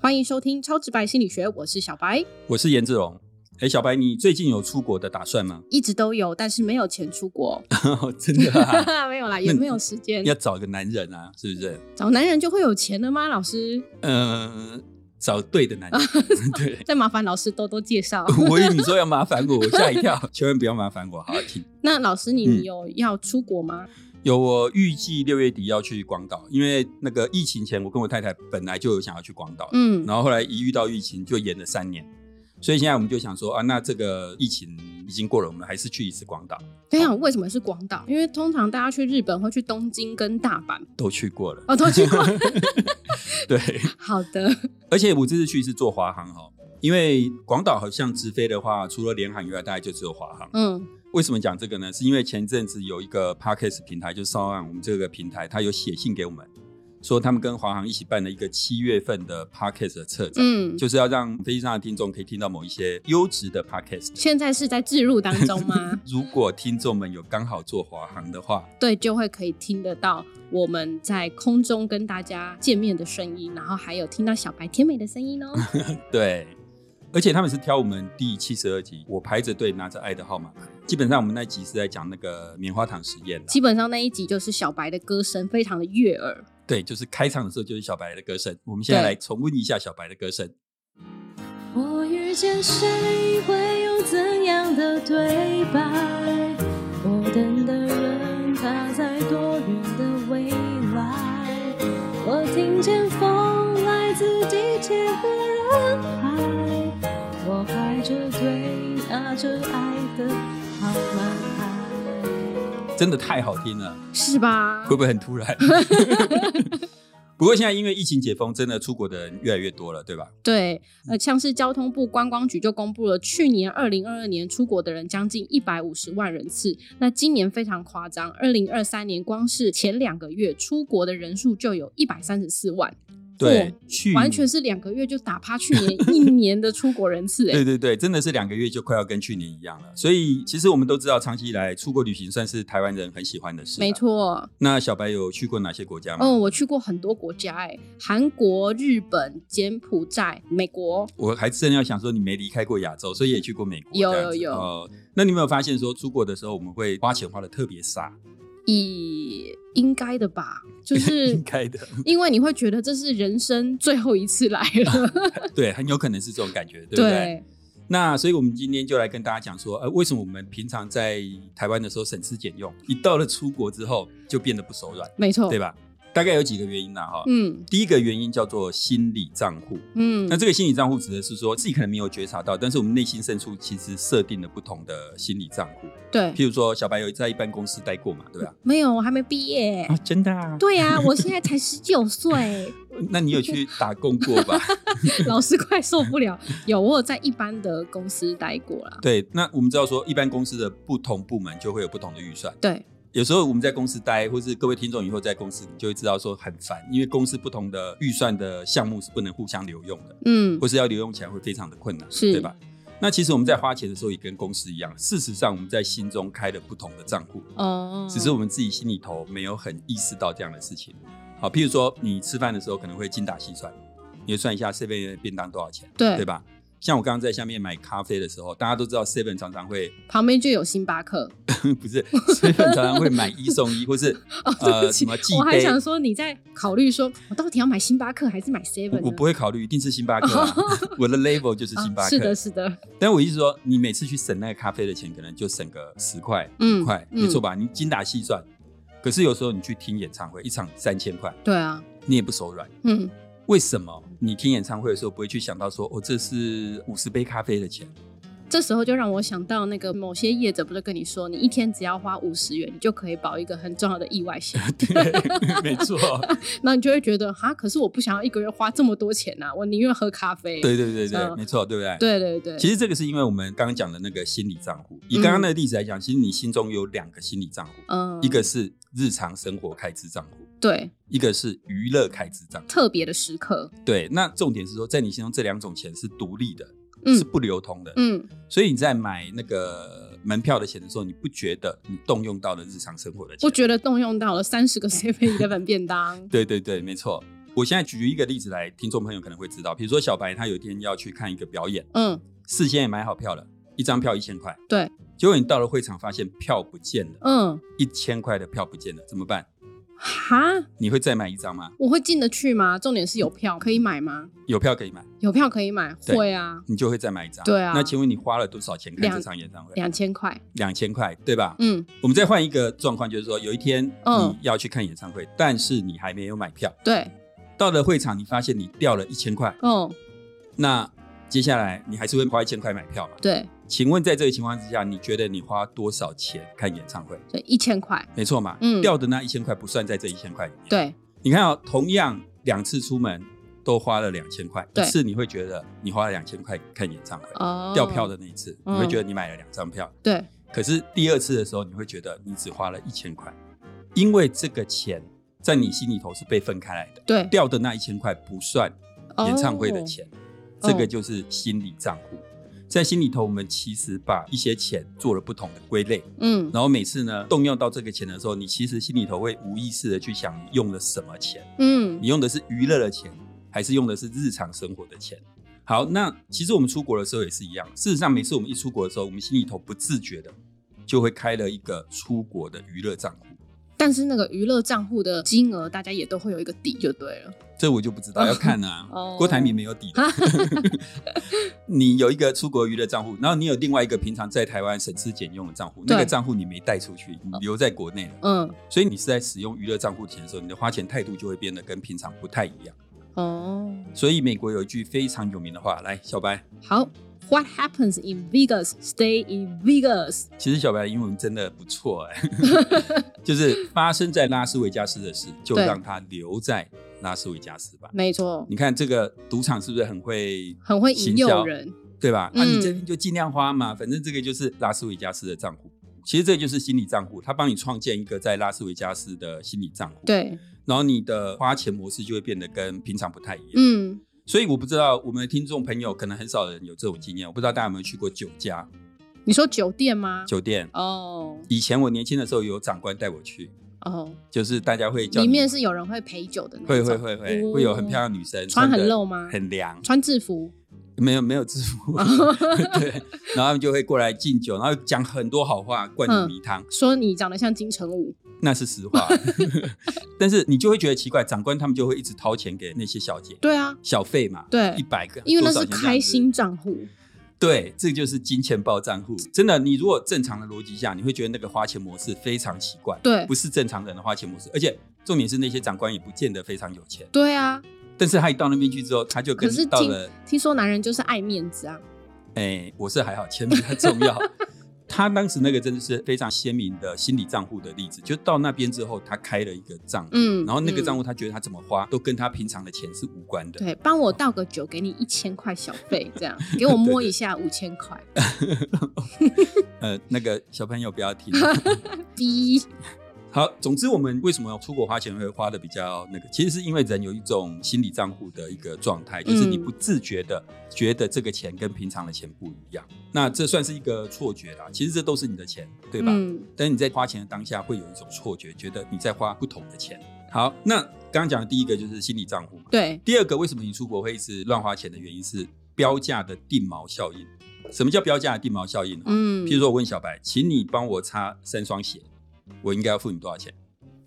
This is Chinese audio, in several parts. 欢迎收听《超直白心理学》，我是小白，我是颜志龙。哎，小白，你最近有出国的打算吗？ 一直都有，但是没有钱出国，真的、 啊，没有啦，也没有时间。要找一个男人啊，是不是？找男人就会有钱了吗？老师，呃，找对的男人，对。 再麻烦老师多多介绍。我以为你说要麻烦我，我吓一跳。千万不要麻烦我，好好听。那老师，你有要出国吗？有，我预计六月底要去广岛，因为那个疫情前，我跟我太太本来就有想要去广岛，嗯然后后来一遇到疫情就延了三年，所以现在我们就想说啊，那这个疫情已经过了，我们还是去一次广岛，等一下，为什么是广岛？因为通常大家去日本会去东京跟大阪，都去过了。 哦，都去过。对，好的，而且我这次去是坐华航哈，因为广岛好像直飞的话，除了联航以外，大概就只有华航。嗯为什么讲这个呢？是因为前阵子有一个 podcast 平台，就是烧案我们这个平台，他有写信给我们，说他们跟华航一起办了一个七月份的 podcast 的策展，嗯， 就是要让飞机上的听众可以听到某一些优质的 podcast。？现在是在置入当中吗 如果听众们有刚好坐华航的话，对，就会可以听得到我们在空中跟大家见面的声音，然后还有听到小白甜美的声音哦。对，而且他们是挑我们第七十二集，我排着队拿着爱的号码牌。基本上我们那集是在讲那个棉花糖实验啦基本上那一集就是小白的歌声非常的悦耳。对，就是开场的时候就是小白的歌声。我们现在对来重温一下小白的歌声。我遇见谁会有怎样的对白？我等的人他在多远的未来？我听见风来自地铁和人海，我排着队拿着爱的号码牌。真的太好听了，是吧？会不会很 突然？ 不过现在因为疫情解封，真的出国的人越来越多了，对吧？对，呃，像是交通部观光局就公布了，去年二零二二年出国的人将近一百五十万人次，那今年非常夸张，二零二三年光是前两个月出国的人数就有一百三十四万，对，去哦完全是两个月就打趴去年一年的出国人次、对哎，对对，真 的是两个月就快要跟去年一样了。所以其实我们都知道，长期以来出国旅行算是台湾人很喜欢的事。没。错。那小白有去过哪些国家吗？哦，我去过很多国家、哎，韩国、日本、柬埔寨、美国，我还真要想说，你没离开过亚洲，所以也去过美国。有这样子有有哦，那你有没有发现说，出国的时候我们会花钱花的特别傻？以应该的吧，就是 应。该的，因为你会觉得这是人生最后一次来了，对，很有可能是这种感 觉，对不对？那所以，我们今天就来跟大家讲说，呃，为什么我们平常在台湾的时候省吃俭用，一到了出国之后就变得不手软，没错，对吧？大概有几个原因啦，哈。嗯第一个原因叫做心理账户，嗯那，这个心理账户指的是说自己可能没有觉察到，但是我们内心深处其实设定了不同的心理账户。对，譬如说，小白有在一般公司待过嘛，对吧？没有，我还没毕业。啊，真的 啊？对啊，我现在才十九 岁，那你有去打工过 吧？老师快受不了。有，我有在一般的公司待过啦。对，那我们知道说，一般公司的不同部门就会有不同的预算。对，有时候我们在公司待，或是各位听众以后在公司，你就会知道说很烦，因为公司不同的预算的项目是不能互相留用的，嗯或，是要留用起来会非常的困难，是对吧？那其实我们在花钱的时候也跟公司一样，事实上我们在心中开了不同的账户，哦，只是我们自己心里头没有很意识到这样的事情。好，譬如说你吃饭的时候可能会精打细算，你就算一下 seven 的便当多少钱，对对吧？像我刚刚在下面买咖啡的时候，大家都知道 seven 常常会 旁边就有星巴克。不是，seven 常常会买一送一，或是哦，对不呃起什么寄，我还杯想说你在考虑说我到底要买星巴克还是买 Seven 我我不会考虑，一定是星巴克、 啊。我的 level 就是星巴克。啊是的，是的，但我意思说，你每次去省那个咖啡的钱，可能就省个十块、嗯，块，没错吧？你精打细算。可是有时候你去听演唱会，一场三千块，对啊，你也不手软。嗯，为什么你听演唱会的时候不会去想到说，哦，这是五十杯咖啡 的钱？这时候就让我想到那个某些业者不是跟你说，你一天只要花五十元，你就可以保一个很重要的意外险， 对，没错，那你就会觉得哈，可是我不想要一个月花这么多钱呐、我宁愿喝咖啡。对对对对，嗯没错，对不对？。对对对，其实这个是因为我们刚刚讲的那个心理账户。以刚刚那个例子来讲，其实你心中有两个心理账户，嗯，一个是日常生活开支账户，对一个是娱乐开支账户。特别的时刻，对，那重点是说，在你心中这两种钱是独立的，是嗯不流通的。嗯，所以你在买那个门票的钱的时候，你不觉得你动用到了日常生活的 钱？我觉得动用到了三十个 C V 的本便当，对对对，没错。我现在举一个例子来，听众朋友可能会知道，比如说小白他有一天要去看一个表演，嗯，事先也买好票了，一张票一千块，对，结果你到了会场发现票不见了，嗯，一千块的票不见了，怎么办？哈，你会再买一张吗？我会进得去吗？重点是有票可以买吗？有票可以买，有票可以买，对会啊，你就会再买一张。对啊那请问你花了多少钱看两这场演唱会？两千块，两千块，对吧？嗯，我们再换一个状况，就是说有一天嗯你要去看演唱会，但是你还没有买票，对，到了会场你发现你掉了一千块，哦，那接下来你还是会花一千块买票嘛？对，请问在这个情况之下，你觉得你花多少钱看演唱会？所以一千块，没错嘛，嗯掉的那一千块不算在这一千块里面。，对，你看哦，同样两次出门都花了两千块，一对次你会觉得你花了两千块看演唱会，哦，掉票，的那一次你会嗯觉得你买了两张票，对，可是第二次的时候，你会觉得你只花了一千块，因为这个钱在你心里头是被分开来的，对，掉的那一千块不算演唱会的钱，哦这个就是心理账户。在心里头，我们其实把一些钱做了不同的归类，嗯，然后每次呢动用到这个钱的时候，你其实心里头会无意识的去想你用了什么钱，嗯，你用的是娱乐的钱，还是用的是日常生活的钱？好，那其实我们出国的时候也是一样。事实上，每次我们一出国的时候，我们心里头不自觉的就会开了一个出国的娱乐账户。但是那个娱乐账户的金额，大家也都会有一个底就对了，这我就不知道，要看啊。哦郭台铭没有底的。 你有一个出国娱乐账户，然后你有另外一个平常在台湾省吃俭用的账户，那个对账户你没带出去，你留在国内了。嗯，所以你是在使用娱乐账户钱的时候，你的花钱态度就会变得跟平常不太一样。哦，所以美国有一句非常有名的话，来，小白，好，What happens in Vegas stay in Vegas，其实小白的英文真的不错哎、 就是发生在拉斯维加斯的事，就对让它留在拉斯维加斯吧。没错，你看这个赌场是不是很会，很会引行销诱人，对吧？那、嗯你这边就尽量花嘛，反正这个就是拉斯维加斯的账户。其实这就是心理账户，它帮你创建一个在拉斯维加斯的心理账户。，对，然后你的花钱模式就会变得跟平常不太一样。嗯，所以我不知道我们的听众朋友可能很少人有这种经验，我不知道大家有没有去过酒家你说酒店吗？酒店。哦以前我年轻的时候有长官带我去，哦，就是大家会叫你里面是有人会陪酒的那会种，会会会、哦会有很漂亮的女生穿很得露吗很凉，穿制服，没有没有制服，哦 对，然后他们就会过来敬酒，然后讲很多好话，灌嗯你迷汤，说你长得像金城武，那是实 话。但是你就会觉得奇怪，长官他们就会一直掏钱给那些小姐对啊，小费嘛，对一百个，因为那多是少钱这样开子心账户，对，这就是金钱爆账户。真的，你如果正常的逻辑下，你会觉得那个花钱模式非常奇怪，对不是正常人的花钱模式。而且重点是那些长官也不见得非常有钱，对啊，但是他一到那边去之后，他就跟可是到听了，听说男人就是爱面子啊，哎，我是还好，钱比较重 要。他当时那个真的是非常鲜明的心理账户的例子，就到那边之后，他开了一个账户，嗯，然后那个嗯账户他觉得他怎么花都跟他平常的钱是无关的。对，帮我倒个酒，给你一千块小费，这 样给我摸一下五千块。呃，那个小朋友不 要听。 B，好，总之我们为什么出国花钱会花的比较那个？其实是因为人有一种心理账户的一个状态，就是嗯你不自觉的觉得这个钱跟平常的钱不一样，那这算是一个错觉啦。其实这都是你的钱， 对吧？嗯，但是你在花钱的当下会有一种错觉，觉得你在花不同的钱。好，那刚刚讲的第一个就是心理账户嘛。对，第二个，为什么你出国会一直乱花钱的原因是标价的定锚效应。什么叫标价的定锚效应？嗯，譬如说，我问小白，请你帮我擦三双鞋，我应该要付你多少钱？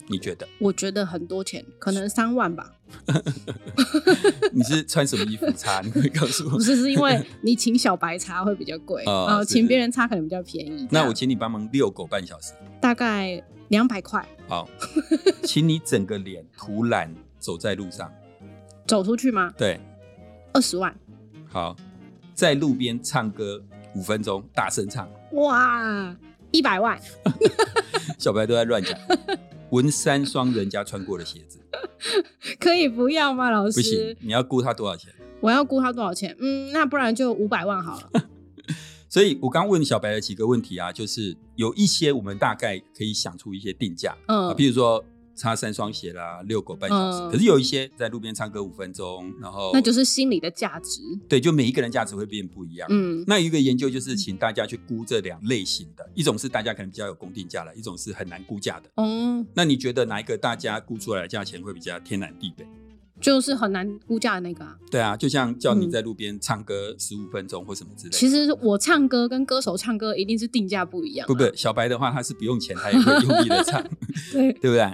你觉得我觉得很多钱，可能三万 吧，你是穿什么衣服擦？你会告诉我 不。是是因为你请小白茶会比较贵，哦呃，是请别人擦可能比较便宜。这那样我请你帮忙遛狗半小时，大概两百块，好，请你整个脸涂蓝走在路上，走出去吗？对，二十万，好，在路边唱歌五分钟，大声唱， 哇，一百万，小白都在乱讲。闻三双人家穿过的 鞋子，可以不要吗，老不行师？，你要估他多少钱？我要估他多少钱？嗯，那不然就五百万好 了。所以我刚问小白的几个问题啊，就是有一些我们大概可以想出一些定价，啊，嗯，譬如说擦三双鞋啦，遛狗半小时。嗯可是有一些在路边唱歌五分钟，然后那就是心理的价值。对，就每一个人价值会变不一样。嗯，那有一个研究就是请大家去估这两类型的，一种是大家可能比较有公定价的，一种是很难估价的。哦，那你觉得哪一个大家估出来的价钱会比较天南地北？就是很难估价的那个啊。对啊，就像叫你嗯在路边唱歌十五分钟或什么之类的。其实我唱歌跟歌手唱歌一定是定价不一样啊、不不，小白的话他是不用钱，他也会用 力的唱，对 对不对？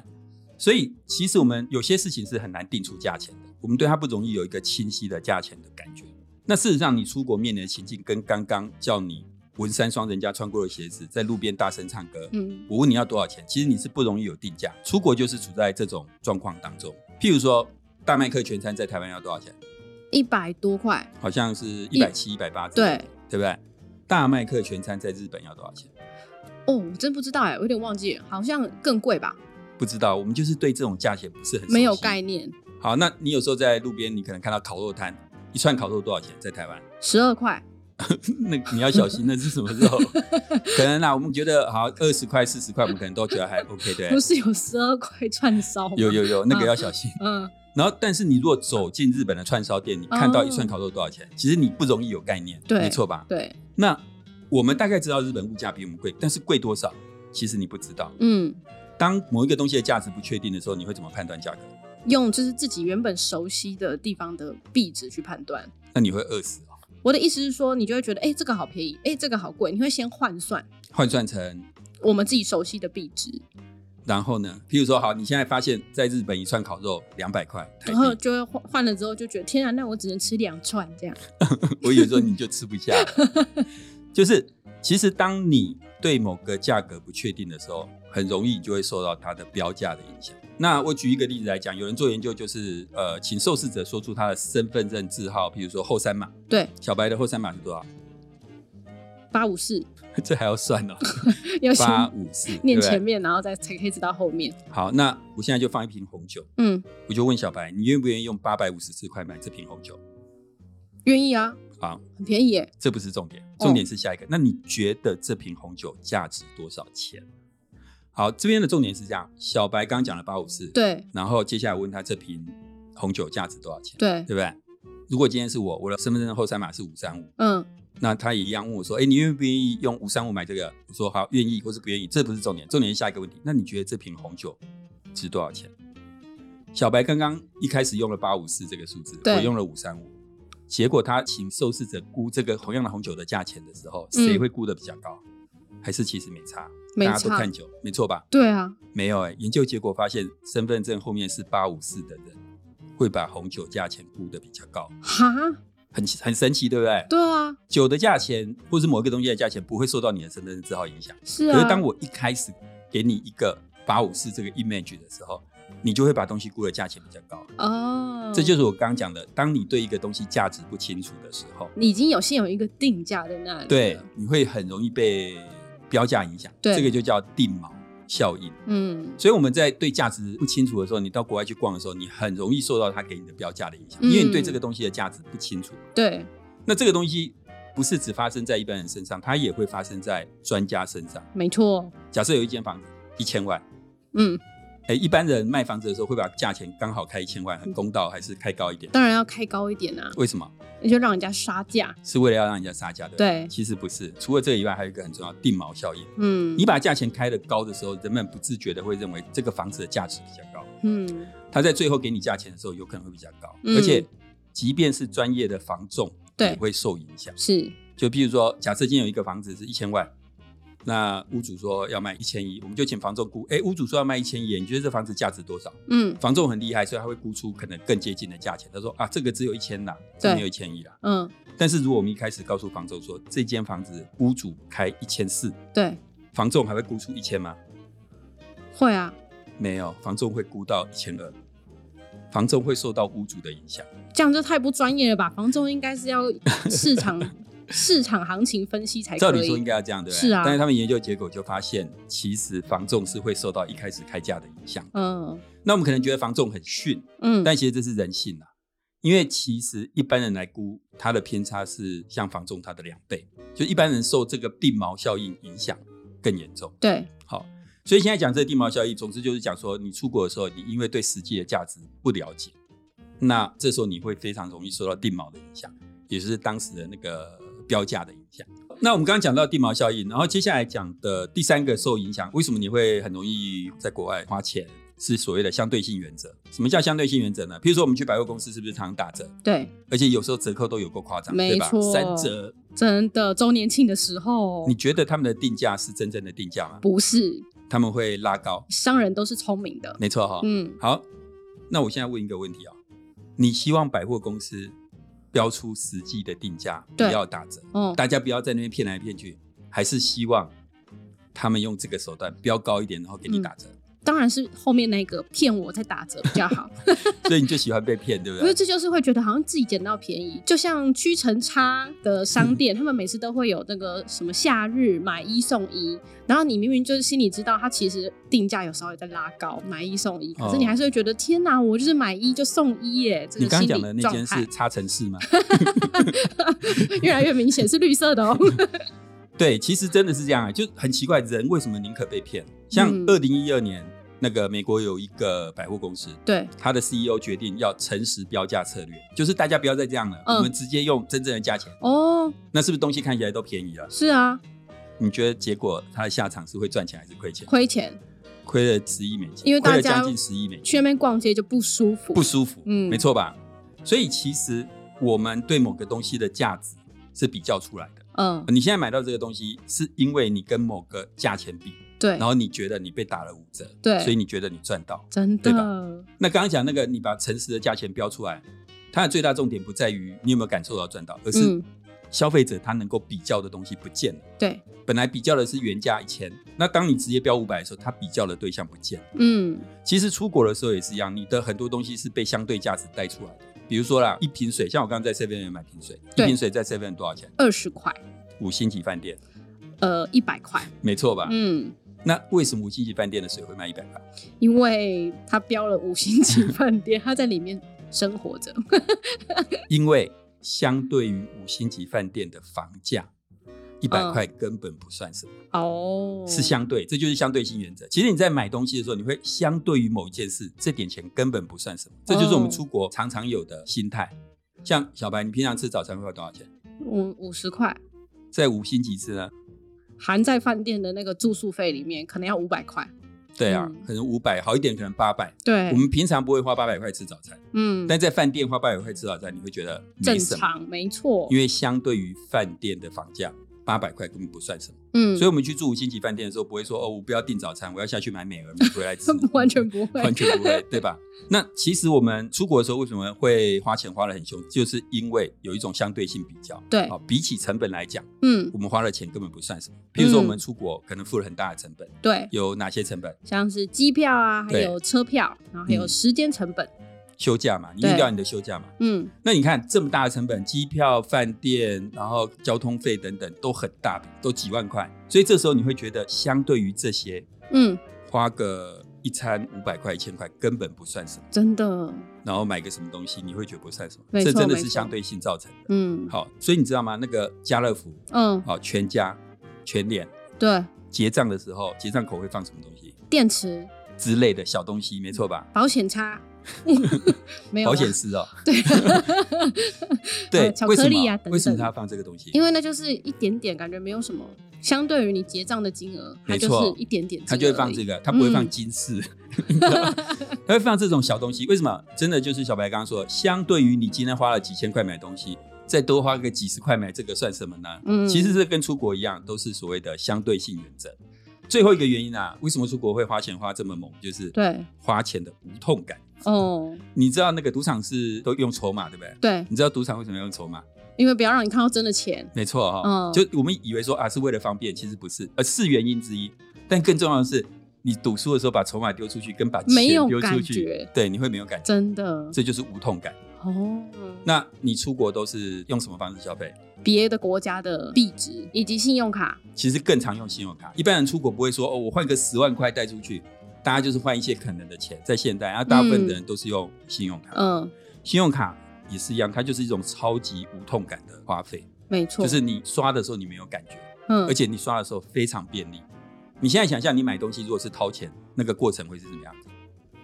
所以其实我们有些事情是很难定出价钱的，我们对它不容易有一个清晰的价钱的感觉。那事实上，你出国面临的情境跟刚刚叫你闻三双人家穿过的鞋子，在路边大声唱歌，嗯，我问你要多少钱，其实你是不容易有定价。出国就是处在这种状况当中。譬如说，大麦克全餐在台湾要多少钱？一百多块，好像是一百七、一百八，对，对不对？大麦克全餐在日本要多少钱？哦，我真不知道哎、我有点忘记了，好像更贵吧，不知道，我们就是对这种价钱不是很熟悉没有概。念，好，那你有时候在路边，你可能看到烤肉摊，一串烤肉多少钱？在台湾， 十二块，那你要小心，那是什么 肉？可能啦，我们觉得好二十块、四十块，我们可能都觉得还 OK 对不。是有十二块串烧吗？有，有有，那个要小心。嗯，然后，但是你如果走进日本的串烧店，你看到一串哦烤肉多少钱，其实你不容易有概念，对没错吧？对，那我们大概知道日本物价比我们贵，但是贵多少，其实你不知道。嗯，当某一个东西的价值不确定的时候，你会怎么判断价格？用就是自己原本熟悉的地方的币值去判断。那你会饿死哦。我的意思是说，你就会觉得，哎、这个好便宜，哎、这个好贵，你会先换算换算成我们自己熟悉的币值，然后呢？譬如说，好，你现在发现在日本一串烤肉两百块台然后币，就会换换了之后就觉得，天啊，那我只能吃两串这样。我有时候你就吃不下了就是，其实当你对某个价格不确定的时候，很容易你就会受到它的标价的影响。那我举一个例子来讲，有人做研究就是，呃，请受试者说出他的身份证字号，譬如说后三码，对，小白的后三码是多少？ 八五四这还要算哦，要先八五四，对 念不对前面，然后再才可以知道后面。好，那我现在就放一瓶红酒，嗯，我就问小白，你愿不愿意用八百五十四块买这瓶红酒？愿意啊，好，很便宜耶。这不是重点，嗯重点是下一个。那你觉得这瓶红酒价值多少钱？好，这边的重点是这样，小白刚讲了八五四，，对然后接下来我问他这瓶红酒价值多少钱，对，对不对？如果今天是我，我的身份证后三码是五三五，嗯，那他也一样问我说：“哎，你愿不愿意用五三五买这个？”我说：“好，愿意，或是不愿意，这不是重点，重点是下一个问题。那你觉得这瓶红酒值多少钱？”小白刚刚一开始用了八五四这个数字，对我用了五三五，结果他请受试者估这个同样的红酒的价钱的时候，嗯谁会估的比较高？还是其实没差，没大家都差看酒，没错吧？对啊，没有哎、研究结果发现，身份证后面是八五四的人会把红酒价钱估的比较高，哈，很很神奇，对不对？对啊，酒的价钱或是某一个东西的价钱不会受到你的身份证字号影响。是可啊。是当我一开始给你一个八五四这个 image 的时候，你就会把东西估的价钱比较高。哦，这就是我刚刚讲的，当你对一个东西价值不清楚的时候，你已经有现有一个定价在那里。对，，你会很容易被标价影响。啊对这个就叫定锚效应。嗯，所以我们在对价值不清楚的时候，你到国外去逛的时候，你很容易受到它给你的标价的影响，因为你对嗯这个东西的价值不清楚。对，那这个东西不是只发生在一般人身上，它也会发生在专家身上。没错。假设有一间房子一千万，嗯，哎，一般人卖房子的时候会把价钱刚好开一千万，很公道，还是开高一点？当然要开高一点啊，为什么？你就让人家杀价。是为了要让人家杀价，对不对？对其实不是。除了这个以外，还有一个很重要，定锚效应。嗯，你把价钱开得高的时候，人们不自觉的会认为这个房子的价值比较高，嗯，他在最后给你价钱的时候，有可能会比较高，嗯而且即便是专业的房仲，对也会受影响。是，就譬如说，假设今天有一个房子是一千万，那屋主说要卖一千一，我们就请房仲估，哎，屋主说要卖一千一，你觉得这房子价值多少？嗯房仲很厉害，所以他会估出可能更接近的价钱。他说啊，这个只有一千啦，这对没有一千一啦。嗯，但是如果我们一开始告诉房仲说这间房子屋主开一千四，对，房仲还会估出一千吗？会啊，没有，房仲会估到一千二，房仲会受到屋主的影响。这样就太不专业了吧？房仲应该是要市 场市场行情分析才照可理说应以。该要这样，对不对？是啊但是他们研究结果就发现，其实房仲是会受到一开始开价的影响。嗯那我们可能觉得房仲很逊，嗯，但其实这是人性啊。因为其实一般人来估，它的偏差是像房仲它的两倍，就一般人受这个定锚效应影响更严重。对，好，所以现在讲这个定锚效应，总之就是讲说，你出国的时候，你因为对实际的价值不了解，那这时候你会非常容易受到定锚的影响，也就是当时的那个标价的影响。那我们刚刚讲到定锚效应，然后接下来讲的第三个受影响，为什么你会很容易在国外花钱，是所谓的相对性原则。什么叫相对性原则呢？譬如说我们去百货公司，是不是常打折？对，而且有时候折扣都有够夸张，没对吧？错三折，真的周年庆的时候你，觉得他们的定价是真正的定价吗？不是他们会拉高，商人都是聪明的，没错哈、嗯，好，那我现在问一个问题哦，你希望百货公司标出实际的定价，不对要打折，哦，大家不要在那边骗来骗去，还是希望他们用这个手段标高一点，然后嗯给你打折？当然是后面那个骗我在打折比较好，所以你就喜欢被骗，对不啊不 是，对？这就是会觉得好像自己捡到便宜。就像屈臣差的商店，嗯他们每次都会有那个什么夏日买一送一，然后你明明就是心里知道它其实定价有稍微在拉高，买一送一，可是你哦还是会觉得天哪，我就是买一就送一耶，这你个刚刚心讲的理那状间是态差城市吗？越来越明显是绿色的 哦。对，其实真的是这样啊，就很奇怪，人为什么宁可被骗？像嗯二零一二年，那个美国有一个百货公司，对，它的 CEO 决定要诚实标价策略，就是大家不要再这样了，嗯我们直接用真正的价钱。哦，那是不是东西看起来都便宜了？是啊，你觉得结果它的下场是会赚钱还是亏钱？亏钱，亏了十亿美金，因为亏大了家将近十亿美去金，那边逛街就不舒服。不舒服，嗯没错吧？所以其实我们对某个东西的价值是比较出来的。嗯，你现在买到这个东西，是因为你跟某个价钱比，对然，后你觉得你被打了五折，对所以你觉得你赚到。真对的，那刚刚讲那个，你把诚实的价钱标出来，它的最大重点不在于你有没有感受到赚到，而是嗯，消费者他能够比较的东西不见了。对，本来比较的是原价一千，那当你直接标五百的时候，它比较的对象不见了。嗯，其实出国的时候也是一样，你的很多东西是被相对价值带出来的。比如说啦，一瓶水，像我刚刚在 Seven 买瓶水，一对瓶水在 Seven 多少钱？二十块，五星级饭店，呃，一百块，没错吧？嗯。那为什么五星级饭店的水会卖一百块？因为他标了五星级饭店，他在里面生活着。因为相对于五星级饭店的房价，一百嗯块根本不算什么，哦，是相对，这就是相对性原则。其实你在买东西的时候，你会相对于某一件事，这点钱根本不算什么，这就是我们哦出国常常有的心态。像小白，你平常吃早餐会花多少钱？五五十块，在五星级吃呢？含在饭店的那个住宿费里面，可能要五百块。对啊，嗯可能五百，好一点可能八百。对我，们平常不会花八百块吃早餐，嗯，但在饭店花八百块吃早餐，你会觉得正没什么，常，没错。因为相对于饭店的房价，八百块根本不算什么。嗯，，所以我们去住五星级饭店的时候，不会说哦，我不要订早餐，我要下去买美而美回来吃 完全不会完全不会，对吧？那其实我们出国的时候为什么会花钱花的很凶，就是因为有一种相对性比较。对好、，比起成本来讲，嗯，我们花的钱根本不算什么。比如说我们出国可能付了很大的成本，对，有哪些成本？像是机票啊，还对有车票，然后还有嗯时间成本。休假嘛，你对用掉你的休假嘛。嗯，那你看这么大的成本，机票、饭店，然后交通费等等都很大笔，都几万块。所以这时候你会觉得，相对于这些嗯，花个一餐五百块、一千块根本不算什么，真的，然后买个什么东西你会觉得不算什么，没这错真的没是错相对性造成的。嗯，好，所以你知道吗？那个家乐福，嗯，好，全家、全脸对，结账的时候，结账口会放什么东西电池、之类的小东西，没错吧？保险 差，没有保啦险丝哦，对。对呃，巧为什克么力啊等等为什么他要放这个东西？因为那就是一点点，感觉没有什么。相对于你结账的金额，它没就错是一点点金额而已，他就会放这个，他不会放嗯金饰， 他会放这种小东西。为什么？真的就是小白刚刚说，相对于你今天花了几千块买东西，再多花个几十块买这个算什么呢？嗯其实这跟出国一样，都是所谓的相对性原则。最后一个原因啊，为什么出国会花钱花这么猛？就是对花钱的无痛感。哦，你知道那个赌场是都用筹码，对不对？对，你知道赌场为什么要用筹码？因为不要让你看到真的钱，没错哈、嗯就我们以为说啊是为了方便，其实不是，呃是原因之一。但更重要的是，你赌输的时候把筹码丢出去，跟把钱没有丢出感去觉，对，你会没有感觉，真的这就是无痛感。哦。那你出国都是用什么方式消费？别的国家的币值以及信用卡，其实更常用信用卡。一般人出国不会说哦，我换个十万块带出去，大家就是换一些可能的钱，在现代，然后啊大部分的人都是用信用卡。嗯，信用卡也是一样，它就是一种超级无痛感的花费，没错，就是你刷的时候你没有感觉。嗯，而且你刷的时候非常便利。你现在想象，你买东西如果是掏钱，那个过程会是怎么样？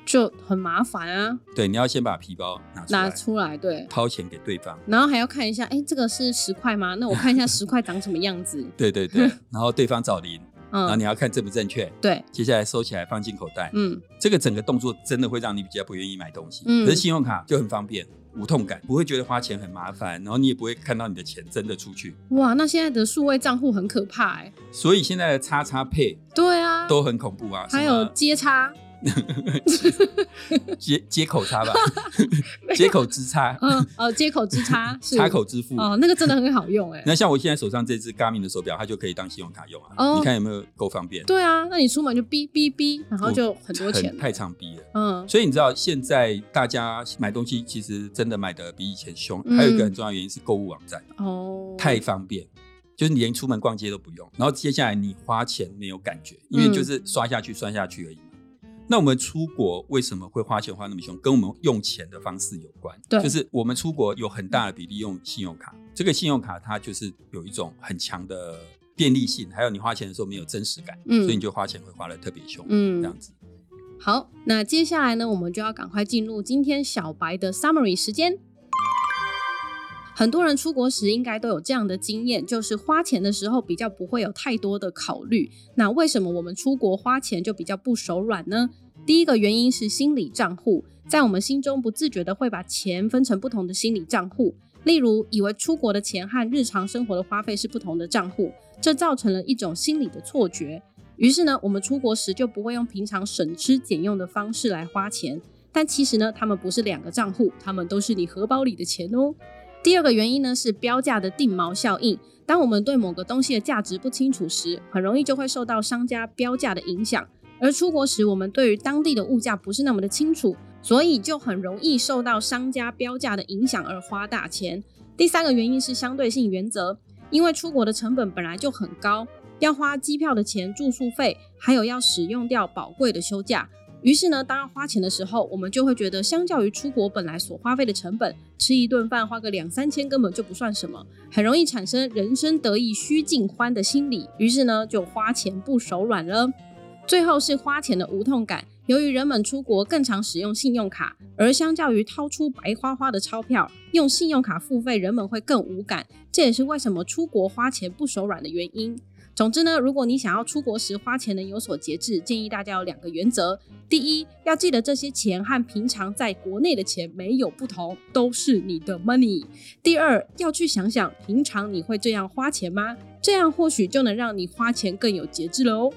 就很麻烦啊，对，你要先把皮包拿出来，拿出来对，掏钱给对方。然后还要看一下，哎，这个是十块吗？那我看一下十块长什么样子，对对对，然后对方找零，嗯 然后你要看正不正确，对，接下来收起来放进口袋。嗯这个整个动作真的会让你比较不愿意买东西。嗯可是信用卡就很方便，无痛感，不会觉得花钱很麻烦，然后你也不会看到你的钱真的出去。哇，那现在的数位账户很可怕哎、所以现在的叉叉配对啊，都很恐怖啊，还什有么接差，接接口叉 吧，接口之叉，嗯呃，接口之 差是插口支付。哦，那个真的很好用哎、那像我现在手上这只 Garmin 的手表，它就可以当信用卡用啊。哦你看有没有够方便？对啊，那你出门就哔哔哔，然后就很多钱很，哦太长逼了。嗯所以你知道现在大家买东西其实真的买的比以前凶，嗯还有一个很重要的原因是购物网站哦，太方便，就是你连出门逛街都不用，然后接下来你花钱没有感觉，因为嗯就是刷下去刷下去而已嘛。那我们出国为什么会花钱花那么凶？跟我们用钱的方式有关。对就是我们出国有很大的比例用信用卡，这个信用卡它就是有一种很强的便利性，还有你花钱的时候没有真实感，嗯所以你就花钱会花的特别凶，嗯这样子。好，那接下来呢，我们就要赶快进入今天小白的 summary 时间。很多人出国时应该都有这样的经验，就是花钱的时候比较不会有太多的考虑。那为什么我们出国花钱就比较不手软呢？第一个原因是心理账户，在我们心中不自觉的会把钱分成不同的心理账户，例如以为出国的钱和日常生活的花费是不同的账户，这造成了一种心理的错觉，于是呢，我们出国时就不会用平常省吃俭用的方式来花钱，但其实呢，他们不是两个账户，他们都是你荷包里的钱哦。第二个原因呢是标价的定锚效应。当我们对某个东西的价值不清楚时，很容易就会受到商家标价的影响。而出国时，我们对于当地的物价不是那么的清楚，所以就很容易受到商家标价的影响而花大钱。第三个原因是相对性原则，因为出国的成本本来就很高，要花机票的钱、住宿费，还有要使用掉宝贵的休假。于是呢，当要花钱的时候，我们就会觉得，相较于出国本来所花费的成本，吃一顿饭花个两三千根本就不算什么，很容易产生人生得意须尽欢的心理。于是呢，就花钱不手软了。最后是花钱的无痛感。由于人们出国更常使用信用卡，而相较于掏出白花花的钞票，用信用卡付费，人们会更无感。这也是为什么出国花钱不手软的原因。总之呢，如果你想要出国时花钱能有所节制，建议大家有两个原则：第一，要记得这些钱和平常在国内的钱没有不同，都是你的 money；第二，要去想想平常你会这样花钱吗？这样或许就能让你花钱更有节制了哦。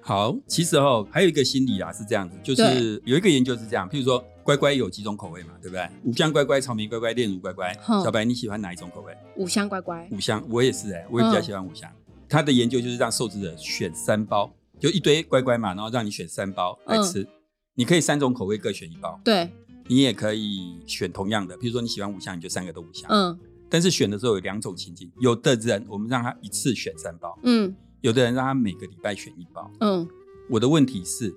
好，其实哦，还有一个心理啊是这样子，就是有一个研究是这样，譬如说乖乖有几种口味嘛，对不对？五香乖乖、草莓乖乖、炼乳乖乖。哼小白，你喜欢哪一种口味？五香乖乖，五香，我也是哎、我也比较嗯喜欢五香。他的研究就是让受试者选三包，就一堆乖乖嘛，然后让你选三包来吃。嗯你可以三种口味各选一包，对，你也可以选同样的，譬如说你喜欢五香，你就三个都五香。嗯但是选的时候有两种情境，有的人我们让他一次选三包，嗯有的人让他每个礼拜选一包。嗯，我的问题是，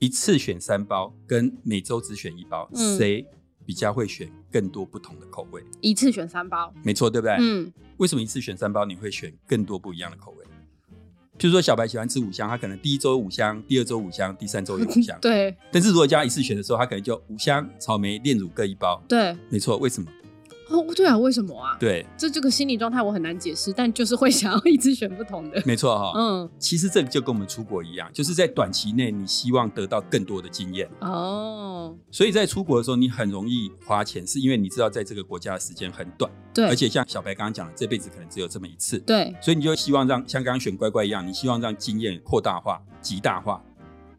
一次选三包跟每周只选一包，嗯谁、比较会选更多不同的口味？一次选三包，没错，对不对？嗯。为什么一次选三包你会选更多不一样的口味？譬如说小白喜欢吃五香，他可能第一周五香，第二周五香，第三周有五香 对但是如果叫他一次选的时候，他可能就五香、草莓、炼乳各一包。对，没错，为什么？哦对啊，为什么啊？对，这这个心理状态我很难解释，但就是会想要一直选不同 的。没错哈、嗯其实这个就跟我们出国一样，就是在短期内你希望得到更多的经验，哦，所以在出国的时候你很容易花钱，是因为你知道在这个国家的时间很短，对，而且像小白刚刚讲的，这辈子可能只有这么一次，对，所以你就希望让像刚刚选乖乖一样，你希望让经验扩大化、极大化，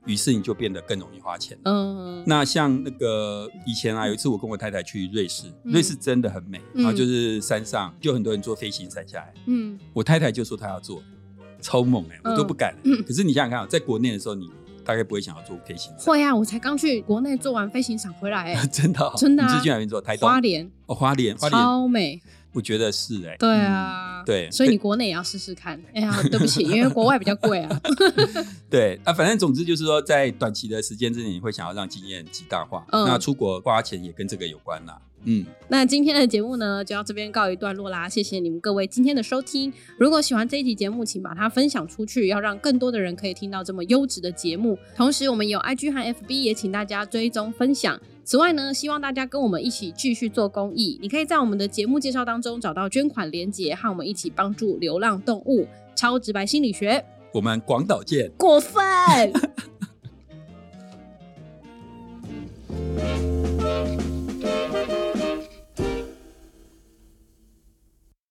于是你就变得更容易花钱了。嗯，那像那个以前啊，有一次我跟我太太去瑞士，嗯瑞士真的很美，嗯然后就是山上就很多人坐飞行伞下来，嗯我太太就说她要做，超猛哎、我都不敢、嗯可是你想想看啊，在国内的时候，你大概不会想要做飞行伞，，会啊，我才刚去国内做完飞行伞回来、欸真的哦、真的啊你是去哪边做？ 台东、花莲哦，花莲，花莲，超美，我觉得是哎、对嗯。啊，对所以你国内也要试试看。哎呀，对不起，因为国外比较贵啊。对啊，反正总之就是说，在短期的时间之内，你会想要让经验极大化。嗯那出国花钱也跟这个有关啦。嗯，那今天的节目呢，就到这边告一段落啦。谢谢你们各位今天的收听。如果喜欢这一集节目，请把它分享出去，要让更多的人可以听到这么优质的节目。同时，我们有 IG 和 FB，也请大家追踪分享。此外呢，希望大家跟我们一起继续做公益。你可以在我们的节目介绍当中找到捐款链接，和我们一起帮助流浪动物。超直白心理学，我们广岛见。过分。